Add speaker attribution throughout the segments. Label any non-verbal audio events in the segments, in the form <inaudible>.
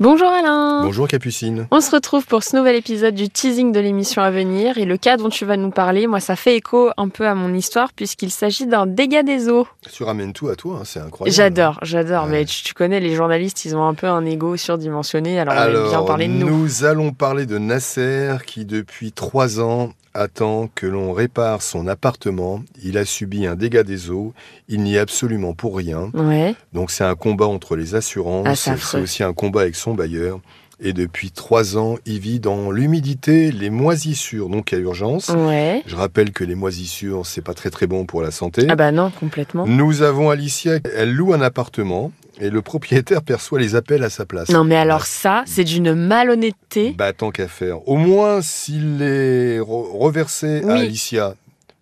Speaker 1: Bonjour Alain.
Speaker 2: Bonjour Capucine.
Speaker 1: On se retrouve pour ce nouvel épisode du teasing de l'émission à venir et le cas dont tu vas nous parler, moi ça fait écho un peu à mon histoire puisqu'il s'agit d'un dégât des eaux.
Speaker 2: Tu ramènes tout à toi, hein, c'est incroyable.
Speaker 1: J'adore, j'adore,
Speaker 2: Ouais.
Speaker 1: mais tu, tu connais les journalistes, ils ont un peu un ego surdimensionné, alors, on aime bien parler de nous.
Speaker 2: nous allons parler de Nasser qui, depuis trois ans, attend que l'on répare son appartement. Il a subi un dégât des eaux. Il n'y est absolument pour rien.
Speaker 1: Ouais,
Speaker 2: Donc, c'est un combat entre les assurances.
Speaker 1: Ah, c'est
Speaker 2: c'est
Speaker 1: affreux.
Speaker 2: aussi un combat avec son bailleur. Et depuis trois ans, il vit dans l'humidité, les moisissures, donc à
Speaker 1: Mm.
Speaker 2: urgence.
Speaker 1: ouais.
Speaker 2: Je rappelle que les moisissures, c'est pas très très bon pour la santé.
Speaker 1: Ah bah non, complètement.
Speaker 2: Nous avons Alicia, elle loue un appartement et le propriétaire <laughs> perçoit les appels à sa place.
Speaker 1: Non mais alors ça, c'est d'une malhonnêteté.
Speaker 2: Bah tant qu'à faire. Au moins s'il les re- reversait à
Speaker 1: Oui.
Speaker 2: Alicia.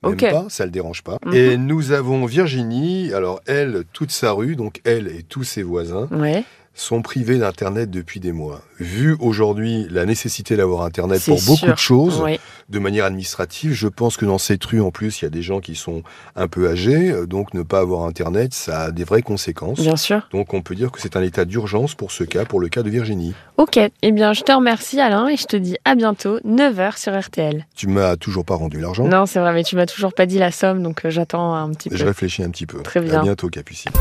Speaker 2: Même
Speaker 1: Ok.
Speaker 2: pas, ça le dérange pas.
Speaker 1: Mhm.
Speaker 2: Et nous avons Virginie, alors elle, toute sa rue, donc elle et tous ses voisins,
Speaker 1: Ouais,
Speaker 2: sont privés d'Internet depuis des mois. Vu aujourd'hui la nécessité d'avoir Internet
Speaker 1: C'est
Speaker 2: pour beaucoup
Speaker 1: sûr.
Speaker 2: de choses,
Speaker 1: ouais.
Speaker 2: de manière administrative. Je pense que dans cette rue, en plus, il y a des gens qui sont un peu âgés, euh, donc ne pas avoir Internet, ça a des vraies conséquences.
Speaker 1: Bien sûr.
Speaker 2: Donc on peut dire que c'est un état d'urgence pour ce cas, pour le cas de Virginie.
Speaker 1: Ok, eh bien je te remercie Alain et je te dis à bientôt, 9h sur RTL.
Speaker 2: Tu m'as toujours pas rendu l'argent.
Speaker 1: Non, c'est vrai, mais tu m'as toujours pas dit la somme, donc euh, j'attends un petit
Speaker 2: Je
Speaker 1: peu.
Speaker 2: réfléchis un petit peu.
Speaker 1: Très
Speaker 2: À
Speaker 1: bien.
Speaker 2: bientôt, Capucine.